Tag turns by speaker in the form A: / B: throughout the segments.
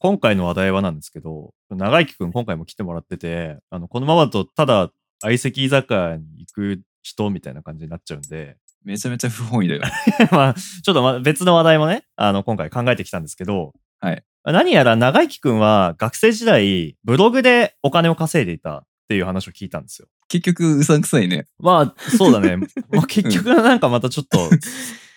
A: 今回の話題はなんですけど、長生きくん今回も来てもらってて、あの、このままだとただ相席居酒屋に行く人みたいな感じになっちゃうんで、
B: めちゃめちゃ不本意だよ。
A: まあ、ちょっとま別の話題もね、あの、今回考えてきたんですけど、
B: はい。
A: 何やら長生きくんは学生時代、ブログでお金を稼いでいたっていう話を聞いたんですよ。
B: 結局、うさんくさいね。
A: まあ、そうだ ね。まあ結局はなんかまたちょっと、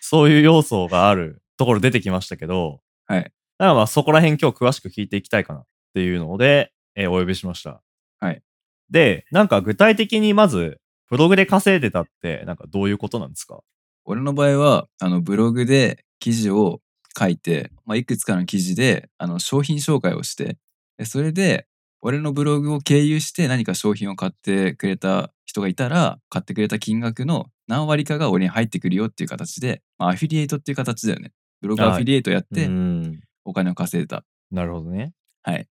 A: そういう要素があるところ出てきましたけど、
B: はい
A: だからまあそこら辺今日詳しく聞いていきたいかなっていうので、えーお呼びしました。
B: はい。
A: で、なんか具体的にまず、ブログで稼いでたって、なんかどういうことなんですか
B: 俺の場合は、あの、ブログで記事を書いて、まあ、いくつかの記事で、あの、商品紹介をして、でそれで、俺のブログを経由して何か商品を買ってくれた人がいたら、買ってくれた金額の何割かが俺に入ってくるよっていう形で、まあ、アフィリエイトっていう形だよね。ブログアフィリエイトやって、
A: ん。
B: お金を稼いでた。
A: なるほどね。
B: はい。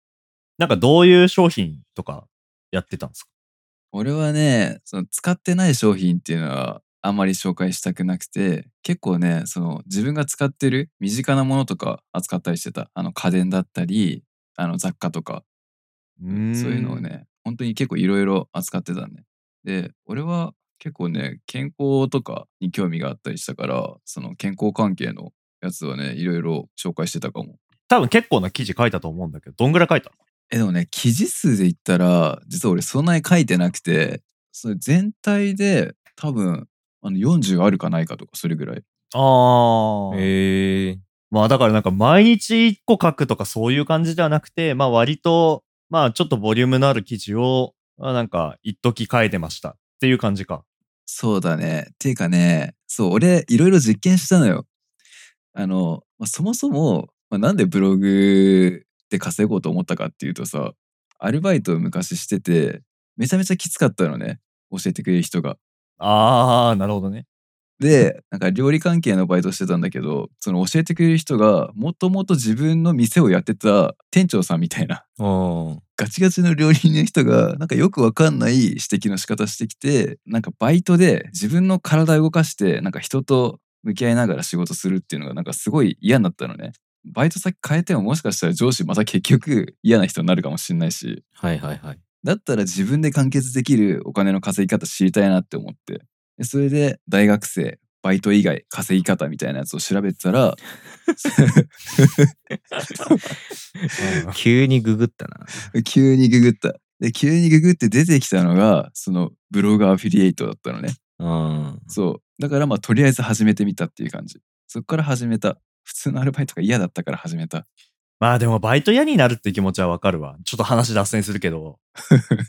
A: なんかどういう商品とかやってたんですか
B: 俺はねその使ってない商品っていうのはあんまり紹介したくなくて結構ねその自分が使ってる身近なものとか扱ったりしてたあの家電だったりあの雑貨とか
A: そう
B: そういうのを。ね本当に結構いろいろ扱ってたねで俺は結構ね健康とかに興味があったりしたからその健康関係のやつはねいろいろ紹介してたかも
A: 多分結構な記事書いたと思うんだけど、どんぐらい書いたの
B: えでもね記事数で言ったら実は俺そんなに書いてなくてそれ全体で多分あの40あるかないかとかそれぐらい
A: あえ
C: ええ
A: まあだからなんか毎日1個書くとかそういう感じではなくて、まあ割と、まあちょっとボリュームのある記事を、まあなんか一時書いてましたっていう感じか。
B: そうだねていうかねそう俺いろいろ実験したのよあの、まあそもそも、まあなんでブログで稼ごうと思ったかっていうとさアルバイトを昔しててめちゃめちゃきつかったのね教えてくれる人が
A: ああ、なるほどね。
B: でなんか料理関係のバイトしてたんだけどその教えてくれる人がもともと自分の店をやってた店長さんみたいな
C: うん。
B: ガチガチの料理人の人がなんかよくわかんない指摘の仕方してきてなんかバイトで自分の体動かしてなんか人と向き合いながら仕事するっていうのがなんかすごい嫌になったのね。バイト先変えてももしかしたら上司また結局嫌な人になるかもしれないし
C: はい はいはい。
B: だったら自分で完結できるお金の稼ぎ方知りたいなって思ってでそれで大学生バイト以外稼ぎ方みたいなやつを調べてたら
C: 急にググったな。
B: 急にググったで急にググって出てきたのがそのブログアフィリエイトだったのね
C: うん。
B: そうだからまあとりあえず始めてみたっていう感じそっから始めた普通のアルバイトが嫌だったから始めた
A: まあでもバイト嫌になるって気持ちはわかるわ。ちょっと話脱線するけど。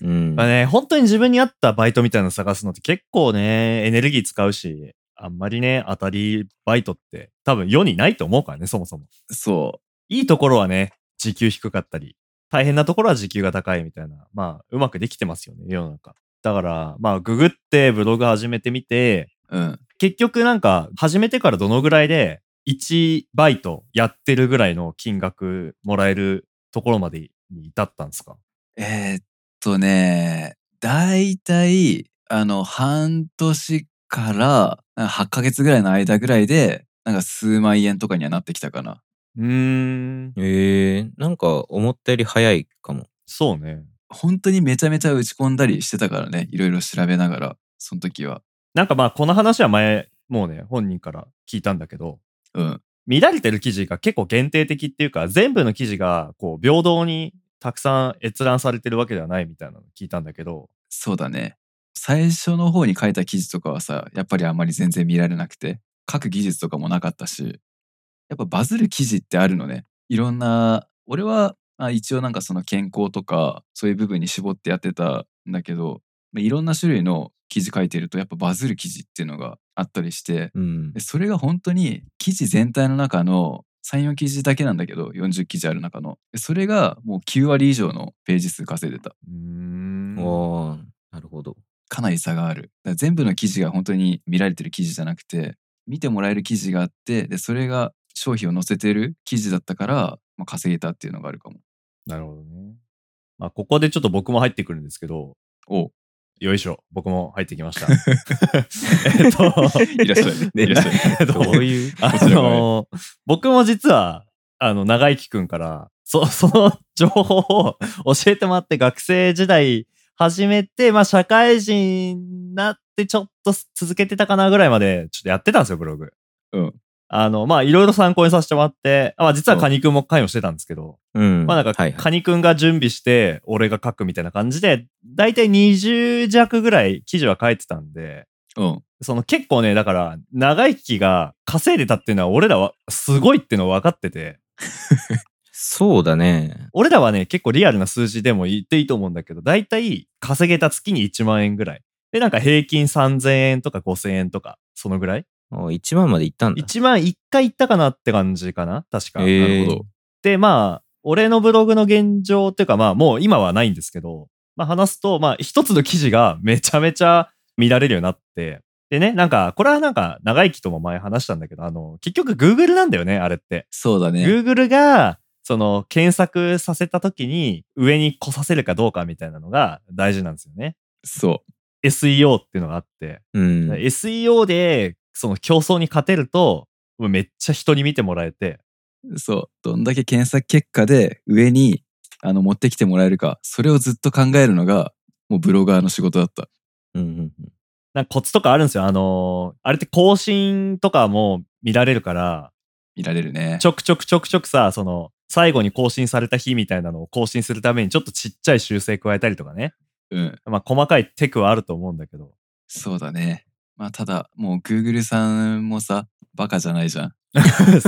C: う ん
A: まあね、本当に自分に合ったバイトみたいなの探すのって結構ね、エネルギー使うし、あんまりね、当たりバイトって多分世にないと思うからね、そもそも。
B: そ
A: いいところはね、時給低かったり、大変なところは時給が高いみたいな、まあ、うまくできてますよね、世の中。だから、まあ、ググってブログ始めてみて、
B: ううん
A: 結局なんか、始めてからどのぐらいで、1バイトやってるぐらいの金額もらえるところまでに至ったんですか
B: えーっとね、だいたい、あの、半年からなんか8ヶ月ぐらいの間ぐらいで、なんか数万円とかにはなってきたかな。
A: うーん、
C: ええなんか思ったより早いかも。
A: そうね。
B: 本当にめちゃめちゃ打ち込んだりしてたからね、いろいろ調べながら、その時は。
A: なんかまあ、この話は前、もうね、本人から聞いたんだけど、
B: うん。
A: 見られてる記事が結構限定的っていうか全部の記事がこう平等にたくさん閲覧されてるわけではないみたいなの聞いたんだけど
B: そうだね。最初の方に書いた記事とかはさ、やっぱりあんまり全然見られなくて、書く技術とかもなかったし、やっぱバズる記事ってあるのね。いろんな、俺はあ一応なんかその健康とか、そういう部分に絞ってやってたんだけど、まあいろんな種類の記事書いてると、やっぱバズる記事っていうのがあったりして、
C: うん
B: で。それが本当に記事全体の中の3、4記事だけなんだけど、40記事ある中の。でそれがもう9割以上のページ数稼いでた。
A: うーん
C: おーなるほど。
B: かなり差がある。だから全部の記事が本当に見られてる記事じゃなくて、見てもらえる記事があって、で、それが商品を載せてる記事だったから、まあ、稼げたっていうのがあるかも。
A: なるほどね、まあ、ここでちょっと僕も入ってくるんですけど
B: おう
A: よいしょ僕も入ってきました えっ と
B: いらっしゃ い。いらっしゃい。
A: えっと
C: どういう
A: あ
B: こちらが
A: の僕も実はあの長生きくんからそ その情報を教えてもらって学生時代始めて、まあ社会人になってちょっと続けてたかなぐらいまでちょっとやってたんですよ、ブログ。
B: うん。
A: あの、まあいろいろ参考にさせてもらって、あまあ実はカニ君も関与してたんですけど、
C: うん。
A: まあなんか、
C: はいはい
A: カニくんが準備して、俺が書くみたいな感じで、だいたい20弱ぐらい記事は書いてたんで、
B: うん。
A: その結構ね、だから、長生きが稼いでたっていうのは、俺らはすごいっていうのは分かってて、
C: そうだね。
A: 俺らはね、結構リアルな数字でも言っていいと思うんだけど、だいたい稼げた月に1万円ぐらい。で、なんか平均3000円とか5000円とか、そのぐらい。
C: お1万まで行ったんだ。
A: 1万1回いったかなって感じかな確か。
C: えー
B: なるほど。
A: で、まあ、俺のブログの現状っていうか、まあ、もう今はないんですけど、まあ、話すと、まあ、一つの記事がめちゃめちゃ見られるようになって、でね、なんか、これはなんか、長生きとも前話したんだけど、あの、結局 Google なんだよね、あれって。
B: そうだね。
A: Google が、その、検索させた時に、上に来させるかどうかみたいなのが大事なんですよね。
B: そ
A: SEO っていうのがあって、
C: うん。
A: SEO で、その競争に勝てると、もうめっちゃ人に見てもらえて、
B: う。そう。どんだけ検索結果で上にあの持ってきてもらえるか、それをずっと考えるのが、もうブロガーの仕事だった。
C: うんうんうん
A: なんかコツとかあるんですよ。あのーあれって更新とかも見られるから、
B: 見られるね
A: ち。ょくちょくちょくちょくさ、その、最後に更新された日みたいなのを更新するためにちょっとちっちゃい修正加えたりとかね。
B: うん。
A: まあ、細かいテクはあると思うんだけど。
B: そうだね。まあ、ただ、もう Google さんもさ、バカじゃないじゃん。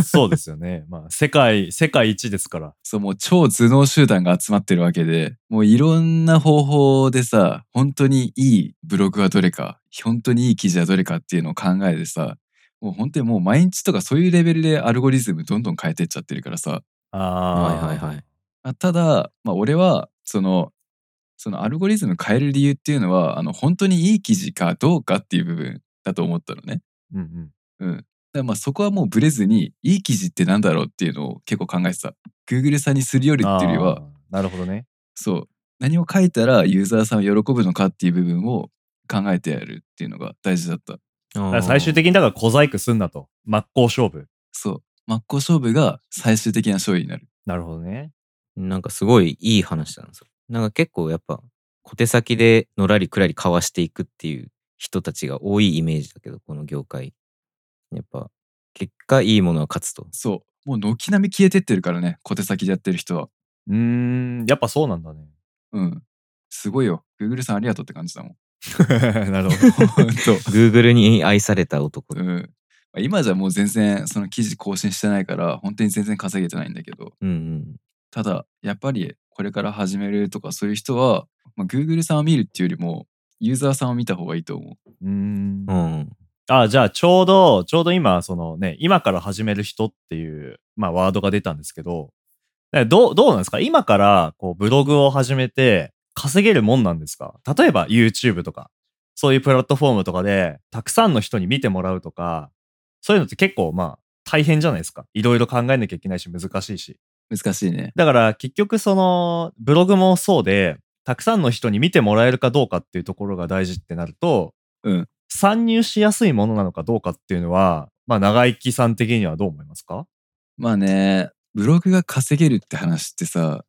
A: そうですよね。まあ、世界、世界一ですから。
B: そう、もう超頭脳集団が集まってるわけで、もういろんな方法でさ、本当にいいブログはどれか、本当にいい記事はどれかっていうのを考えてさ、もう本当にもう毎日とかそういうレベルでアルゴリズムどんどん変えてっちゃってるからさ、
A: あ
C: はい
A: ー
C: はいはい。
B: まあ、ただ、まあ、俺はそのそのアルゴリズム変える理由っていうのはあの本当にいい記事かどうかっていう部分だと思ったのね。
A: うんうん。
B: うん、だからまあそこはもうブレずにいい記事ってなんだろうっていうのを結構考えてた。Google さんにすり寄るっていうよりは
A: あー。なるほどね。
B: そう何を書いたらユーザーさんを喜ぶのかっていう部分を考えてやるっていうのが大事だった。
A: だ
C: あ
A: から
C: ー
A: 最終的にだから小細工すんなと。真っ向勝負。
B: そう真っ向勝負が最終的な勝利になる。
A: なるほどね。
C: なんかすごいいい話なんですよ。なんか結構やっぱ小手先でのらりくらりかわしていくっていう人たちが多いイメージだけど、この業界。やっぱ結果いいものは勝つと。
B: そうもう軒並み消えてってるからね小手先でやってる人は。
A: うーん、やっぱそうなんだね。
B: うん。すごいよ。Google さんありがとうって感じだもん。
A: なるほど。
B: 本
C: Google に愛された男
B: 当。う。ん。まあ今じゃもう全然その記事更新してないから、本当に全然稼げてないんだけど、
C: うんうん。
B: ただ、やっぱりこれから始めるとかそういう人は、まあ、Google さんを見るっていうよりも、ユーザーさんを見た方がいいと思う。
A: うーん
C: う。ん。
A: あ、じゃあちょうど、ちょうど今、そのね、今から始める人っていう、まあワードが出たんですけど、ねどう、どうなんですか今から、こう、ブログを始めて、稼げるもんなんですか例えば YouTube とか、そういうプラットフォームとかで、たくさんの人に見てもらうとか、そういうのって結構、まあ、大変じゃないですか。いろいろ考えなきゃいけないし、難しいし。
B: 難しいね。
A: だから結局そのブログもそうでたくさんの人に見てもらえるかどうかっていうところが大事ってなると、
B: うん
A: 参入しやすいものなのかどうかっていうのはまあ長生きさん的にはどう思いますか
B: まあね、ブログが稼げるって話ってさ、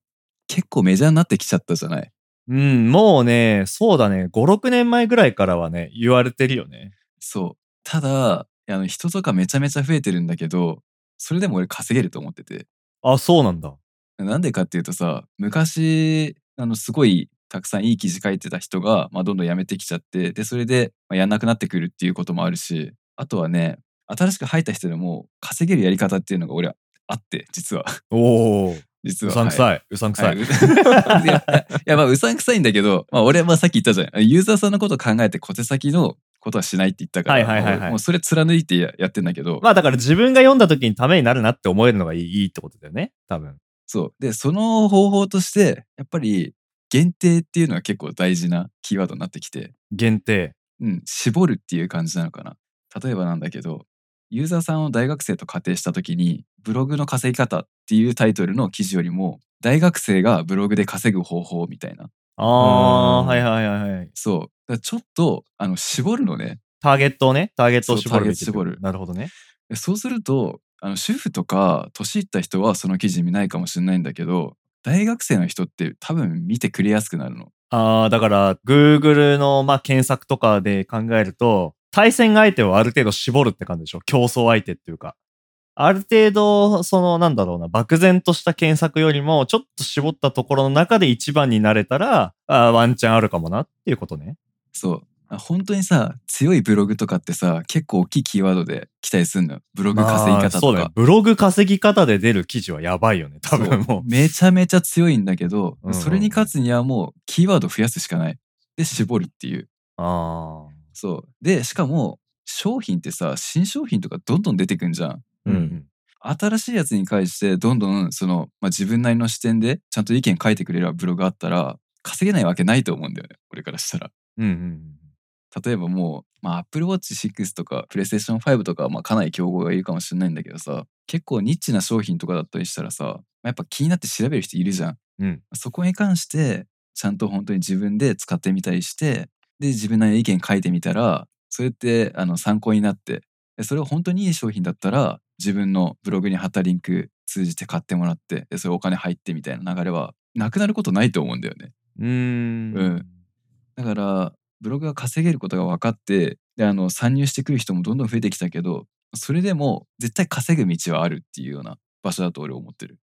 B: 結構メジャーになってきちゃったじゃない。
A: うんもうねそうだね56年前ぐらいからはね言われてるよね
B: そう。ただ、あの人とかめちゃめちゃ増えてるんだけど、それでも俺稼げると思ってて。
A: あそうなんだ
B: なんでかっていうとさ昔あのすごいたくさんいい記事書いてた人が、まあ、どんどん辞めてきちゃってでそれで、まあ、やんなくなってくるっていうこともあるしあとはね新しく入った人でも稼げるやり方っていうのが俺はあって実は
A: おお
B: 実
A: う
B: は。
A: さんく
B: い
A: さいうさんくさ、
B: はい いいやいやまあうさんくさいんだけど、まあ、俺はまあさっき言ったじゃんユーザーさんのことを考えて小手先のことはしないって言ったから、
A: はいはいはいはい
B: まあもうそれ貫いてややってんだけど、
A: まあだから自分が読んだ時にためになるなって思えるのがいいいいってことだよね多分
B: そう。で、その方法として、やっぱり限定っていうのは結構大事なキーワードになってきて、
A: 限定
B: うん、絞るっていう感じなのかな。例えばなんだけど、ユーザーさんを大学生と仮定したときに、ブログの稼ぎ方っていうタイトルの記事よりも、大学生がブログで稼ぐ方法みたいな。
A: ああ
C: うん
A: はいはいはいはい
B: そう。だからちょっと、あの、絞るのね。
A: ターゲットをねターゲットを
B: そう
A: 絞るべき
B: ターゲット絞る
A: なるほどね
B: でそうすると、あの主婦とか年いった人はその記事見ないかもしれないんだけど大学生の人って多分見てくれやすくなるの。
A: ああ、だから、Google の、まあ、検索とかで考えると、対戦相手をある程度絞るって感じでしょ競争相手っていうか。ある程度、その、なんだろうな、漠然とした検索よりも、ちょっと絞ったところの中で一番になれたら、あーワンチャンあるかもなっていうことね。
B: そうあ本当にさ強いブログとかってさ結構大きいキーワードで期待するのよブログ稼ぎ
A: まあ
B: 方とか。
A: そうだよ。ブログ稼ぎ方で出る記事はやばいよね。多分もう。
B: めちゃめちゃ強いんだけど、
A: うんうん
B: それに勝つにはもうキーワード増やすしかないで絞るっていう
A: ああ。
B: そうでしかも商品ってさ新商品とかどんどん出てくんじゃん
C: うん。
B: 新しいやつに関してどんどんその、まあ、自分なりの視点でちゃんと意見書いてくれるブログあったら稼げないわけないと思うんだよね俺からしたら
A: うんうん。
B: 例えばもう、まあ、Apple Watch 6とか PlayStation 5とかはまあかなり競合がいるかもしれないんだけどさ結構ニッチな商品とかだったりしたらさまあやっぱ気になって調べる人いるじゃん、
A: うん
B: そこに関してちゃんと本当に自分で使ってみたりしてで自分なりの意見書いてみたらそれってあの参考になってでそれを本当にいい商品だったら自分のブログに貼ったリンク通じて買ってもらってでそれお金入ってみたいな流れはなくなることないと思うんだよね
A: うーん。
B: うんだからブログが稼げることが分かってであの参入してくる人もどんどん増えてきたけどそれでも絶対稼ぐ道はあるっていうような場所だと俺は思ってる。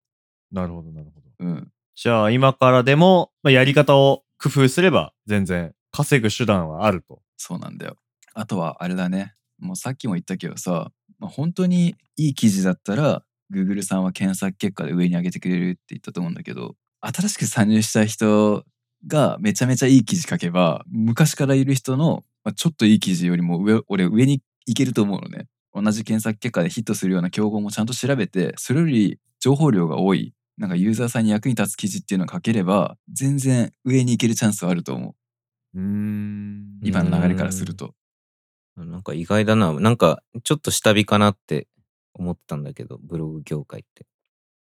A: なるほど、なるほど。
B: うん、
A: じゃあ今からでも、まあ、やり方を工夫すれば全然稼ぐ手段はあると。
B: そうなんだよ。あとはあれだねもうさっきも言ったけどさ、まあ、本当にいい記事だったら Google さんは検索結果で上に上げてくれるって言ったと思うんだけど新しく参入した人がめちゃめちゃいい記事書けば昔からいる人の、まあ、ちょっといい記事よりも上俺上に行けると思うのね同じ検索結果でヒットするような競合もちゃんと調べてそれより情報量が多いなんかユーザーさんに役に立つ記事っていうのを書ければ全然上に行けるチャンスはあると思う
A: うーん
B: 今の流れからすると
C: なんか意外だな。なんかちょっと下火かなって思ってたんだけど、ブログ業界って。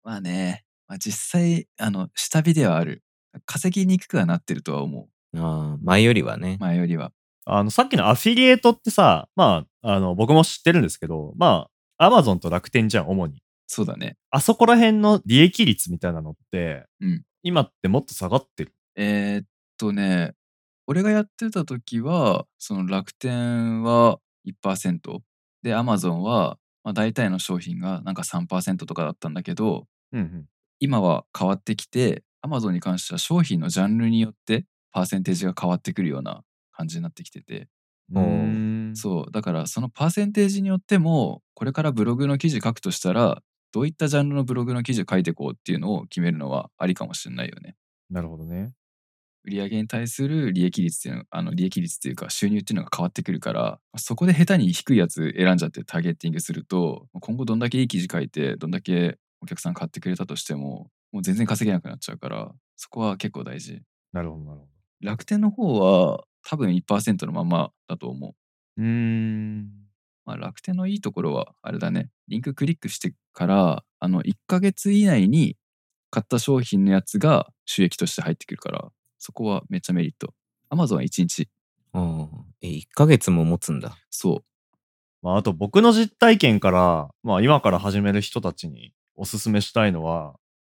B: まあね、まあ、実際あの下火ではある稼ぎにくくはなってるとは思
C: ああ、前よりはね
B: う。前よりは
A: あの、さっきのアフィリエイトってさ、まあ、あの、僕も知ってるんですけど、まあ、アマゾンと楽天じゃん、主に。
B: そうだね
A: あそこら辺の利益率みたいなのって、
B: うん
A: 今ってもっと下がってる。
B: えーっとね、俺がやってた時は、その楽天は1%で、アマゾンは、まあ、大体の商品がなんか3%とかだったんだけど、
A: うんうん。
B: 今は変わってきて、アマゾンに関しては商品のジャンルによって、パーセンテージが変わってくるような感じになってきてて、
C: おー
A: うーん
B: そう、だからそのパーセンテージによっても、これからブログの記事書くとしたら、どういったジャンルのブログの記事書いてこうっていうのを決めるのはありかもしれないよね。
A: なるほどね。
B: 売上に対する利益率っていうのあの利益率っていうか収入っていうのが変わってくるからそこで下手に低いやつ選んじゃってターゲッティングすると今後どんだけいい記事書いてどんだけお客さん買ってくれたとしてももう全然稼げなくなっちゃうからそこは結構大事
A: なるほど、なるほど。
B: 楽天の方は多分1%のままだと思う、
A: うーん。
B: まあ、楽天のいいところはあれだねリンククリックしてからあの1ヶ月以内に買った商品のやつが収益として入ってくるからそこはめっちゃメリット Amazon は1日
C: ああ、え、1ヶ月も持つんだ。
B: そう
A: まあ、あと僕の実体験から、まあ、今から始める人たちにおすすめしたいのは、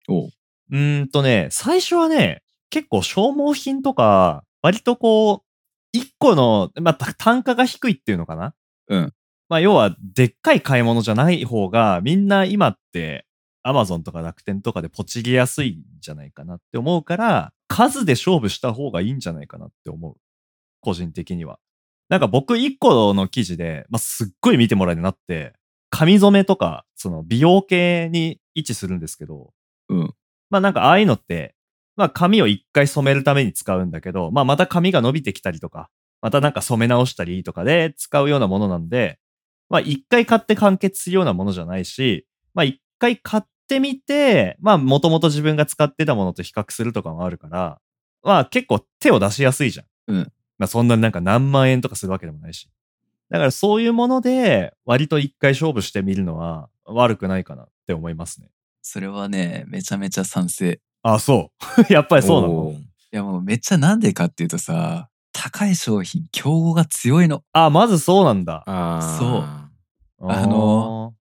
B: おう
A: うーんとね、最初はね、結構消耗品とか、割とこう、一個の、まあ、た単価が低いっていうのかな
B: うん。
A: まあ、要は、でっかい買い物じゃない方が、みんな今って、アマゾンとか楽天とかでポチりやすいんじゃないかなって思うから、数で勝負した方がいいんじゃないかなって思う。個人的には。なんか僕一個の記事で、まあ、すっごい見てもらえるようになって、髪染めとか、その美容系に位置するんですけど、
B: うん。
A: まあなんかああいうのって、まあ髪を一回染めるために使うんだけど、まあまた髪が伸びてきたりとか、またなんか染め直したりとかで使うようなものなんで、まあ一回買って完結するようなものじゃないし、まあ一回買ってみて、まあもともと自分が使ってたものと比較するとかもあるから、まあ結構手を出しやすいじゃん。
B: うん。
A: まあそんななんか何万円とかするわけでもないし。だからそういうもので割と一回勝負してみるのは悪くないかなって思いますね。
B: それはね、めちゃめちゃ賛成。
A: あ、そう。 やっぱりそうなの
C: おー
B: いやもうめっちゃなんでかっていうとさ、高い商品、競合が強いの。
A: あ、まずそうなんだ。
C: ああ。
B: そうあの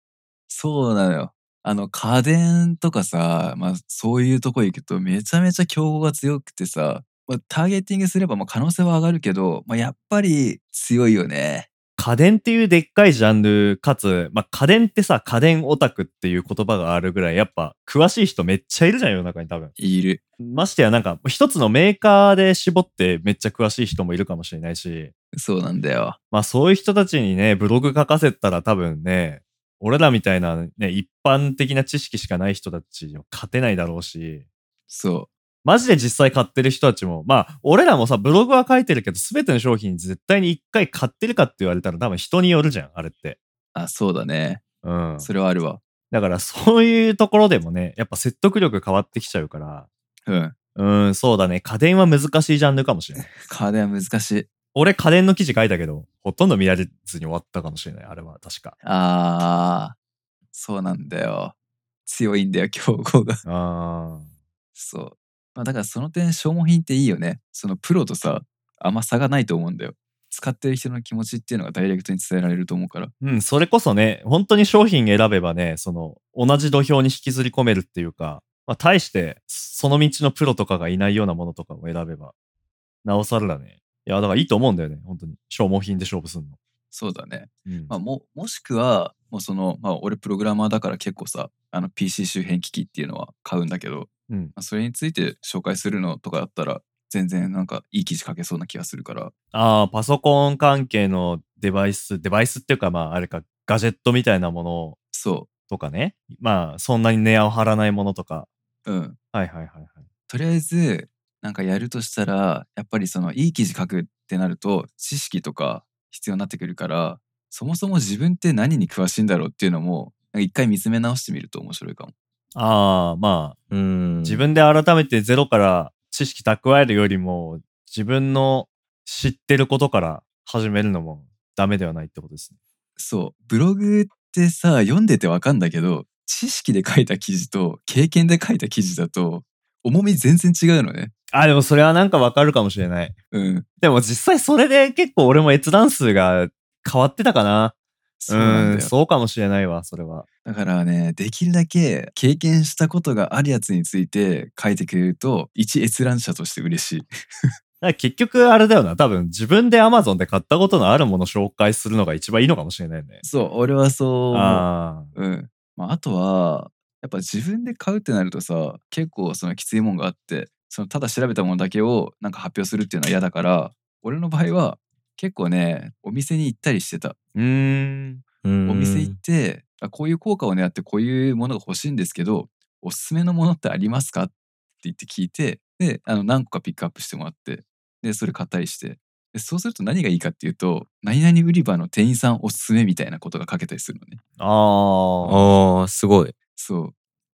B: そうなのよ。あの、家電とかさ、まあ、そういうとこ行くと、めちゃめちゃ競合が強くてさ、まあ、ターゲティングすれば、まあ、可能性は上がるけど、まあ、やっぱり強いよね。
A: 家電っていうでっかいジャンル、かつ、まあ、家電ってさ、家電オタクっていう言葉があるぐらい、やっぱ、詳しい人めっちゃいるじゃん、世の中に多分。
B: いる。
A: ましてや、なんか、一つのメーカーで絞ってめっちゃ詳しい人もいるかもしれないし、
B: そうなんだよ。
A: まあ、そういう人たちにね、ブログ書かせたら多分ね、俺らみたいなね、一般的な知識しかない人たちには勝てないだろうし、
B: そ
A: マジで実際買ってる人たちも、まあ、俺らもさ、ブログは書いてるけど、すべての商品絶対に一回買ってるかって言われたら多分人によるじゃん、あれって。
B: う。あ、そうだね。
A: うん。
B: それはあるわ。
A: だから、そういうところでもね、やっぱ説得力変わってきちゃうから、
B: うん。
A: うん、そうだね。家電は難しいジャンルかもしれない。
B: 家電は難しい。
A: 俺、家電の記事書いたけど、ほとんど見られずに終わったかもしれない、あれは、確か。
B: あー、そうなんだよ。強いんだよ、競合が。
A: あ
B: そう。まあ、だからその点消耗品っていいよね。そのプロとさ、あんま差がないと思うんだよ。使ってる人の気持ちっていうのがダイレクトに伝えられると思うから。
A: ーうん、それこそね、本当に商品選べばね、その、同じ土俵に引きずり込めるっていうか、まあ、対して、その道のプロとかがいないようなものとかを選べば、なおさらだね。いや、だからいいと思うんだよね、本当に。消耗品で勝負すんの。
B: そうだね。
A: うん
B: まあ、ももしくは、もうその、まあ、俺プログラマーだから結構さ、あの PC 周辺機器っていうのは買うんだけど、
A: うん
B: まあ、それについて紹介するのとかだったら、全然なんかいい記事書けそうな気がするから。
A: ああ、パソコン関係のデバイス、デバイスっていうか、まあ、あれか、ガジェットみたいなもの
B: そ
A: とかね。まあ、そんなに値を張らないものとか。
B: う。うん。
A: はいはいはいはい。
B: とりあえず、なんかやるとしたら、やっぱりそのいい記事書くってなると、知識とか必要になってくるから、そもそも自分って何に詳しいんだろうっていうのも、なんか一回見つめ直してみると面白いかも。
A: ああ、まあ、
C: うーん。
A: 自分で改めてゼロから知識蓄えるよりも、自分の知ってることから始めるのもダメではないってことですね。
B: そう。ブログってさ、読んでてわかんだけど、知識で書いた記事と経験で書いた記事だと、重み全然違うのね。
A: ああ、でもそれはなんかわかるかもしれない。
B: うん。
A: でも実際それで結構俺も閲覧数が変わってたかな。
B: そうなんだ
A: ん
B: よ。
A: そうかもしれないわ、それは。
B: だからね、できるだけ経験したことがあるやつについて書いてくれると、一閲覧者として嬉しい。
A: だから結局あれだよな、多分自分で Amazon で買ったことのあるものを紹介するのが一番いいのかもしれないね。
B: そう、俺はそう思う。
A: あ
B: うん。まあ、あとは、やっぱ自分で買うってなるとさ、結構そのきついもんがあって、そのただ調べたものだけをなんか発表するっていうのは嫌だから、俺の場合は結構ね、お店に行ったりしてた。
A: あ。うーん。
C: お
B: お店行って、あこういう効果を狙ってこういうものが欲しいんですけど、おすすめのものってありますかって言って聞いて、で、あの何個かピックアップしてもらって、で、それ買ったりして。でそうすると何がいいかっていうと、何々売り場の店員さんおすすめみたいなことが書けたりするのね。
A: ああ。
C: ああ、すごい。
B: そう。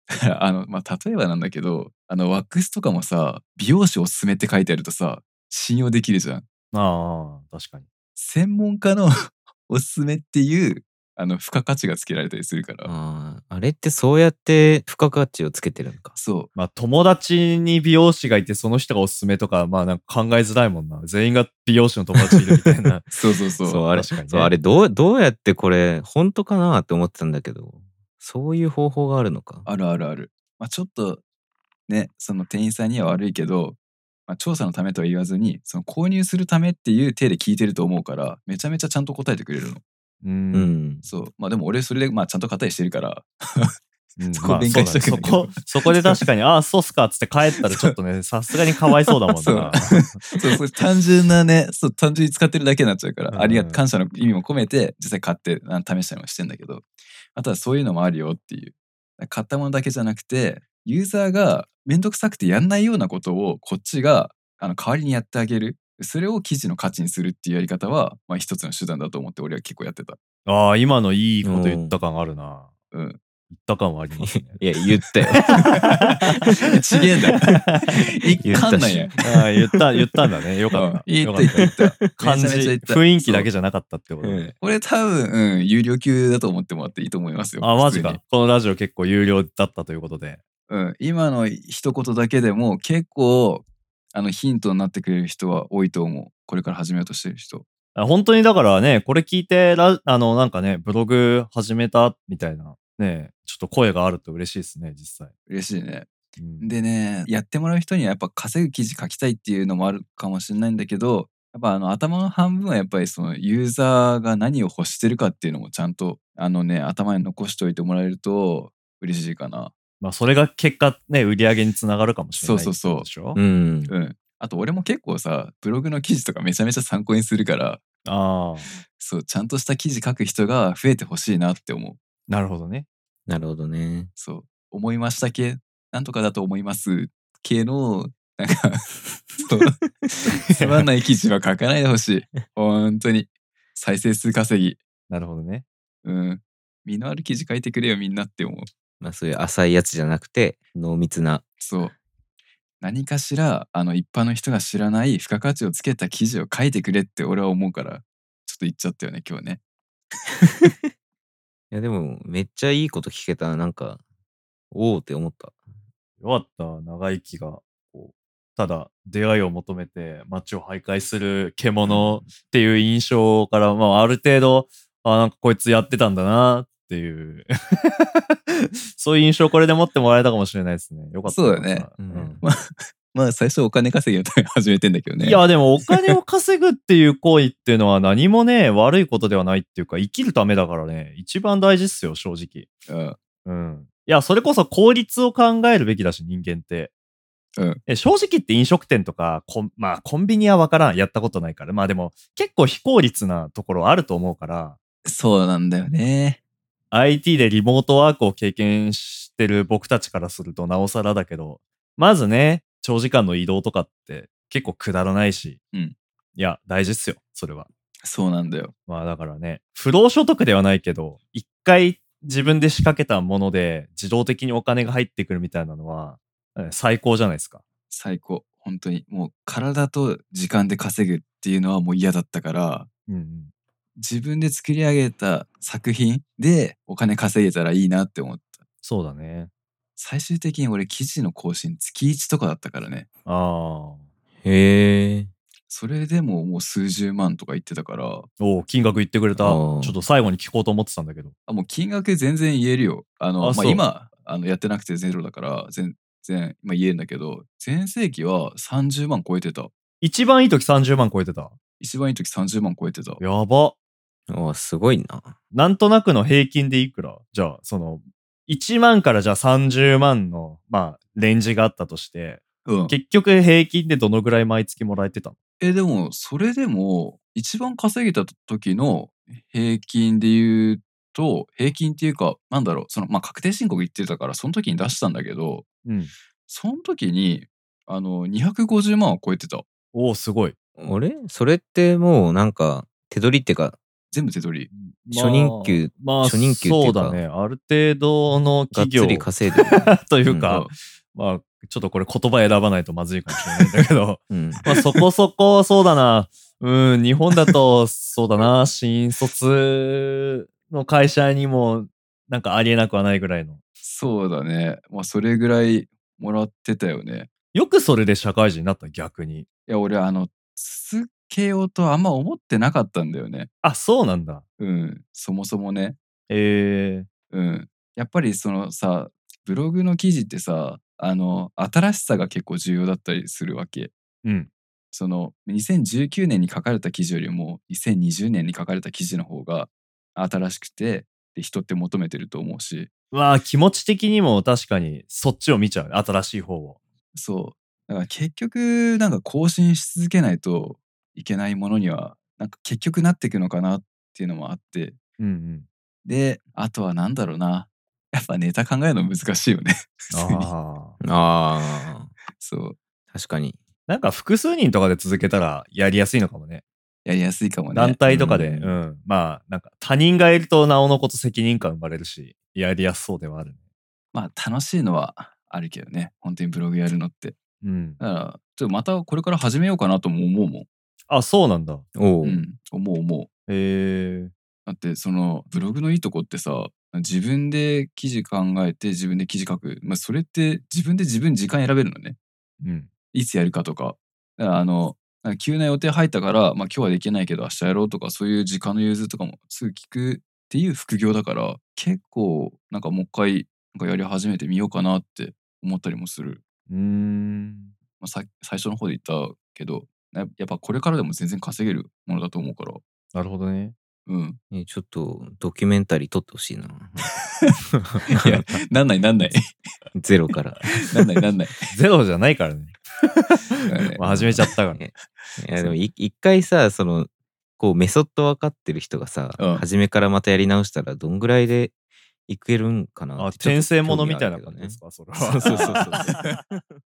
B: だからあの、まあ、例えばなんだけど、あの、ワックスとかもさ、美容師おすすめって書いてあるとさ、信用できるじゃん。
A: ああ、確かに。
B: 専門家の おすすめっていう、あの、付加価値がつけられたりするから。
C: あーあれってそうやって付加価値をつけてるのか。
B: そ。
A: まあ友達に美容師がいてその人がおすすめとか、まあなんか考えづらいもんな。全員が美容師の友達いるみたいな
B: う。そう そうそう。
C: そうあれ
A: 確かにね
C: そうあれどうどうやってこれ本当かなって思ってたんだけどそういう方法があるのか。
B: あるあるある。まあ、ちょっと、ね、その店員さんには悪いけど、まあ、調査のためとは言わずに、その購入するためっていう体で聞いてると思うから、めちゃめちゃちゃんと答えてくれるの。
A: う。
C: うんん。
B: そう。まあでも俺それで、まあちゃんと買ったりしてるから、
A: うん
B: そこ
A: まあ
B: 弁解しとく
A: そ
B: ん
A: う
B: だ
A: だ
B: け
A: ね
B: ど
A: そこ、そこで確かに、 ああ、そうっすかっつって帰ったらちょっとね、さすがにかわいそうだもんな。
B: そうそう単純なねそう単純に使ってるだけになっちゃうから、
A: うん
B: ありが感謝の意味も込めて実際買ってあの試したりもしてんだけどあとはそういうのもあるよっていう買ったものだけじゃなくてユーザーが面倒くさくてやんないようなことをこっちがあの代わりにやってあげるそれを記事の価値にするっていうやり方は、まあ、一つの手段だと思って俺は結構 やってた。
A: ああ、今のいいこと言った感あるな。
B: うん、
A: 言った感はありますね。
C: いや言ったよ。
B: ちげ えんだ。一貫なんや。
A: ああ、言った、言ったんだね。よかった。
B: うんいいっ
A: よ
B: て
A: か
B: 言って言った。
A: 感じ、
B: めちゃめちゃ言った
A: 雰囲気だけじゃなかったってこと
B: うん
A: ね。
B: これ多分、うん、有料級だと思ってもらっていいと思いますよ。
A: あ、マジ
B: 普通に
A: か。このラジオ結構有料だったということで。
B: うん、今の一言だけでも結構あのヒントになってくれる人は多いと思う。これから始めようとしてる人。
A: あ本当にだからね、これ聞いてラ、あの、なんかね、ブログ始めたみたいな、ね、ちょっと声があると嬉しいですね、実際。
B: 嬉しいね。
A: うん
B: でね、やってもらう人にはやっぱ稼ぐ記事書きたいっていうのもあるかもしれないんだけど、やっぱあの頭の半分はやっぱりそのユーザーが何を欲してるかっていうのもちゃんとあのね、頭に残しておいてもらえると嬉しいかな。
A: まあ、それが結果、ね、売り上げにつながるかもしれない
B: そうそうそう
A: でしょ、
C: うん。
B: うん。あと俺も結構さ、ブログの記事とかめちゃめちゃ参考にするから、
A: ああ、
B: そう、ちゃんとした記事書く人が増えてほしいなって思う。
A: なるほどね。
C: なるほどね。
B: そう、思いました系、なんとかだと思います系の、なん か、そうつまんない記事は書かないでほしい。本当に。再生数稼ぎ。
A: なるほどね。
B: うん。身のある記事書いてくれよ、みんなって思う。
C: まあそういう浅いやつじゃなくて、濃密な。
B: そう。何かしら、あの、一般の人が知らない付加価値をつけた記事を書いてくれって俺は思うから、ちょっと言っちゃったよね、今日ね。
C: いやでも、めっちゃいいこと聞けた。なんか、おおって思った。
A: よかった、長生きが。こうただ、出会いを求めて街を徘徊する獣っていう印象から、まあ、ある程度、あなんかこいつやってたんだなっていう、 そういう印象をこれで持ってもらえたかもしれないですね。よかった。
B: そうだね
A: よかった
C: うん
A: うん
B: まあ、最初お金稼ぎを始めてんだけどね。
A: いや、でもお金を稼ぐっていう行為っていうのは何もね、悪いことではないっていうか、生きるためだからね、一番大事っすよ、正直。
B: うん、
A: うん。いや、それこそ効率を考えるべきだし、人間って。
B: うん
A: え正直言って飲食店とか、コンまあ、コンビニはわからん。やったことないから。まあでも、結構非効率なところあると思うから、
B: そうなんだよね。
A: IT でリモートワークを経験してる僕たちからするとなおさらだけど、まずね、長時間の移動とかって結構くだらないし、
B: うん
A: いや、大事っすよ、それは。
B: そうなんだよ。
A: まあだからね、不労所得ではないけど、一回自分で仕掛けたもので自動的にお金が入ってくるみたいなのは、え最高じゃないですか。
B: 最高本当にもう体と時間で稼ぐっていうのはもう嫌だったから
A: うんうん。
B: 自分で作り上げた作品でお金稼げたらいいなって思った
A: そうだね。
B: 最終的に俺記事の更新月1とかだったからね
A: ああ。
C: へえ。
B: それでももう数十万とか言ってたから
A: おお、金額言ってくれた。ち
C: あ
A: ょ
C: ー
A: っと最後に聞こうと思ってたんだけど。
B: あもう金額全然言えるよあの
A: あ
B: ま
A: そ
B: あ、
A: う
B: 今あのやってなくてゼロだから全然、まあ、言えるんだけど全盛期は30万超えてた
A: 一番いい時30万超えてた。
B: 一番いい時30万超えてた
A: やば。
C: ああ、すごいな。
A: なんとなくの平均でいくらじゃあ、その、1万からじゃあ30万の、まあ、レンジがあったとして、
B: うん
A: 結局平均でどのぐらい毎月もらえてたの
B: え、でも、それでも、一番稼げた時の平均で言うと、平均っていうか、なんだろう、その、まあ、確定申告行ってたから、その時に出したんだけど、
A: うん。
B: その時に、あの、250万は超えてた。
A: おお、すごい。
C: あれそれってもうなんか、手取りってか、
B: 全部手取り。
A: まあ
C: 初任給、
A: まあ、
C: 初任給っていうか
A: そうだね。ある程度の
C: がっ
A: 企業
C: つり稼いでる。
A: というか、
B: うん
A: まあ、ちょっとこれ言葉選ばないとまずいかもしれないんだけど、
C: うん。
A: まあそこそこ、そうだな。うん、日本だ と、そうだな、新卒の会社にも、なんかありえなくはないぐらいの。
B: そうだね。まあ、それぐらいもらってたよね。
A: よくそれで社会人になった、逆に。
B: いや、俺、あの、続けようとあんま思ってなかったんだよね。
A: あ、そうなんだ。
B: うん、そもそもね。
A: え
B: うん、やっぱりそのさブログの記事ってさあの新しさが結構重要だったりするわけ。
A: ー、うん。
B: その2019年に書かれた記事よりも2020年に書かれた記事の方が新しくてで人って求めてると思うし
A: まあ、気持ち的にも確かに、そっちを見ちゃう。新しい方を。
B: そうだから結局なんか更新し続けないといけないものにはなんか結局なっていくのかなっていうのもあって
A: うんうん。
B: であとはなんだろうなやっぱネタ考えるの難しいよね 普通に
A: ああ。
C: ああ、
B: そう
C: 確かに。
A: なんか複数人とかで続けたらやりやすいのかもね。
B: やりやすいかもね。
A: 団体とかで、う
C: うん
A: ん、まあ、なんか他人がいるとなおのこと責任感生まれるし、やりやすそうではあるね。
B: まあ楽しいのはあるけどね、本当にブログやるのって。
A: うん。
B: だから、ちょっとまたこれから始めようかなとも思うもん。
A: あ、そうなんだ。
C: おお、
B: うん、思う思う。
A: へえ
B: だってそのブログのいいとこってさ、自分で記事考えて自分で記事書く。まあそれって自分で自分時間選べるのね。
A: うん。
B: いつやるかとか。だからあの、なんか急な予定入ったから、まあ今日はできないけど明日やろうとか、そういう時間の融通とかもすぐ聞くっていう副業だから結構なんかもう一回なんかやり始めてみようかなって思ったりもする、
A: うーん。
B: まあ、さ最初の方で言ったけどややっぱこれからでも全然稼げるものだと思うから
A: なるほどね。
B: うん
C: えちょっとドキュメンタリー撮ってほしいな。
B: いやなんないなんない
C: ゼロから。
B: なんないなんない、
A: ゼロじゃないからね。
B: うん
A: まあ、始めちゃった から。
C: ねいやでもい一回さ、その、こうメソッド分かってる人がさ、
B: うん
C: 初めからまたやり直したらどんぐらいでいけるんかな
A: あ、
C: ってちょっと
A: 転生もの
C: 興
A: み
C: 味
A: た
C: あ
A: い
C: る
A: な
C: けど
A: 感じ
C: ね
A: ですか、それ
B: そ
A: は。
B: うそうそうそう